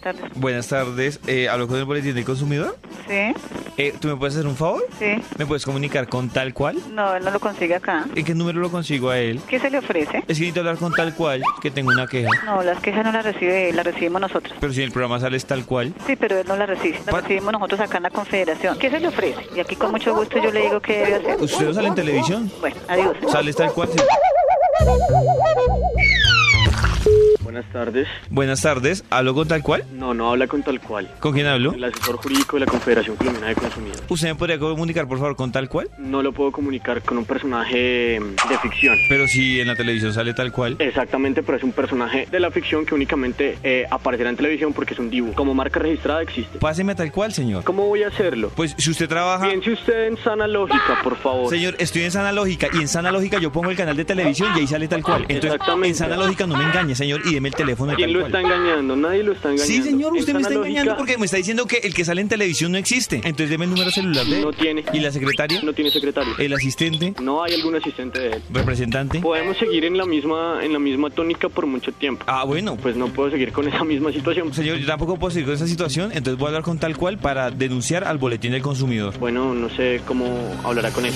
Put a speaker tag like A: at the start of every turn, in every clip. A: tardes.
B: Buenas tardes. Eh, ¿Hablo con el boletín del consumidor?
A: Sí,
B: Eh, ¿Tú me puedes hacer un favor?
A: sí.
B: ¿Me puedes comunicar con tal cual?
A: No, él no lo consigue acá.
B: ¿En qué número lo consigo a él?
A: ¿Qué se le ofrece?
B: Es que necesito hablar con tal cual, que tengo una queja.
A: No, las quejas no las recibe él, las recibimos nosotros.
B: Pero si el programa sale es tal cual.
A: Sí, pero él no las recibe. Las
B: Pa-
A: recibimos nosotros acá en la Confederación. ¿Qué se le ofrece? Y aquí con mucho gusto yo le digo qué debe hacer.
B: ¿Usted no sale en televisión?
A: Bueno, adiós.
B: ¿Sale es tal cual? sí.
C: Buenas tardes.
B: Buenas tardes. ¿Hablo con tal cual?
C: No, no habla con tal cual.
B: ¿Con quién hablo?
C: El asesor jurídico de la Confederación Colombiana de Consumidores.
B: ¿Usted me podría comunicar, por favor, con tal cual?
C: No lo puedo comunicar con un personaje mm, de ficción.
B: Pero si en la televisión sale tal cual.
C: Exactamente, pero es un personaje de la ficción que únicamente eh, aparecerá en televisión porque es un dibujo. Como marca registrada existe.
B: Páseme a tal cual, señor.
C: ¿Cómo voy a hacerlo?
B: Pues si usted trabaja...
C: Piense usted en sana lógica, por favor.
B: Señor, estoy en sana lógica y en sana lógica yo pongo el canal de televisión y ahí sale tal cual. Entonces,
C: Exactamente.
B: en sana lógica no me engañe, señor, y deme el teléfono de
C: ¿Quién
B: tal
C: lo
B: cual.
C: está engañando? Nadie lo está engañando.
B: Sí, señor,
C: En
B: usted me está
C: sana
B: engañando
C: lógica,
B: porque me está diciendo que el que sale en televisión no existe. Entonces, deme el número celular de él.
C: No tiene.
B: ¿Y la secretaria? Eh.
C: No tiene secretario.
B: ¿El asistente?
C: No hay algún asistente de él.
B: ¿Representante?
C: Podemos seguir en la misma en la misma tónica por mucho tiempo.
B: Ah, bueno.
C: Pues no puedo seguir con esa misma situación.
B: Señor, yo tampoco puedo seguir con esa situación, entonces voy a hablar con tal cual para denunciar al boletín del consumidor.
C: Bueno, no sé cómo hablará con él.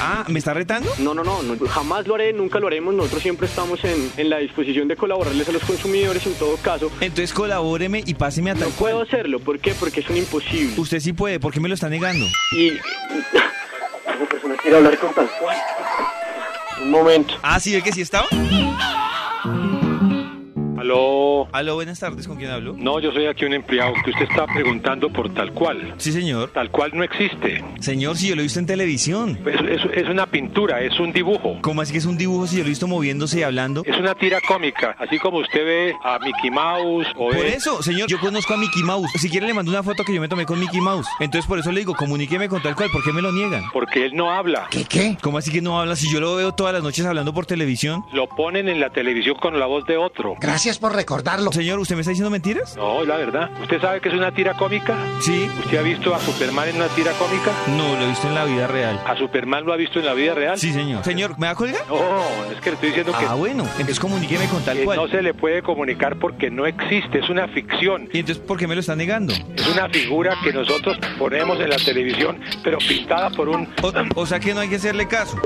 B: Ah, ¿me está retando?
C: No, no, no, no, jamás lo haré, nunca lo haremos. Nosotros siempre estamos en, en la disposición de colaborarles a los consumidores en todo caso.
B: Entonces colabóreme y páseme a
C: No
B: tal
C: puedo
B: cual.
C: hacerlo, ¿por qué? Porque es un imposible.
B: Usted sí puede, ¿por qué me lo está negando?
C: Y... Esa persona quiere hablar con tal cual. Un momento.
B: Ah, sí, el que sí estaba.
D: Aló.
B: Aló, buenas tardes, ¿con quién hablo?
D: No, yo soy aquí un empleado que usted está preguntando por tal cual.
B: Sí, señor.
D: Tal cual no existe.
B: Señor, si yo lo he visto en televisión.
D: Es, es- es una pintura, es un dibujo.
B: ¿Cómo así que es un dibujo si yo lo he visto moviéndose y hablando?
D: Es una tira cómica, así como usted ve a Mickey Mouse o
B: Por
D: ve...
B: eso, señor, yo conozco a Mickey Mouse. Si quiere le mando una foto que yo me tomé con Mickey Mouse. Entonces por eso le digo, comuníqueme con tal cual, ¿por qué me lo niegan?
D: Porque él no habla.
B: ¿Cómo así que no habla si yo lo veo todas las noches hablando por televisión?
D: Lo ponen en la televisión con la voz de otro.
E: Gracias por recordarlo.
B: Señor, ¿usted me está diciendo mentiras?
D: No, la verdad. ¿Usted sabe que es una tira cómica?
B: Sí.
D: ¿Usted ha visto a Superman en una tira cómica?
B: No, lo he visto en la vida real.
D: ¿A Superman lo ha visto en la vida real?
B: Sí, señor. Señor, ¿me va a colgar?
D: No, es que le estoy diciendo que...
B: Ah, bueno. Entonces comuníqueme con tal
D: que no
B: cual.
D: se le puede comunicar porque no existe, es una ficción.
B: ¿Y entonces por qué me lo está negando?
D: Es una figura que nosotros ponemos en la televisión, pero pintada por un...
B: O, o sea que no hay que hacerle caso.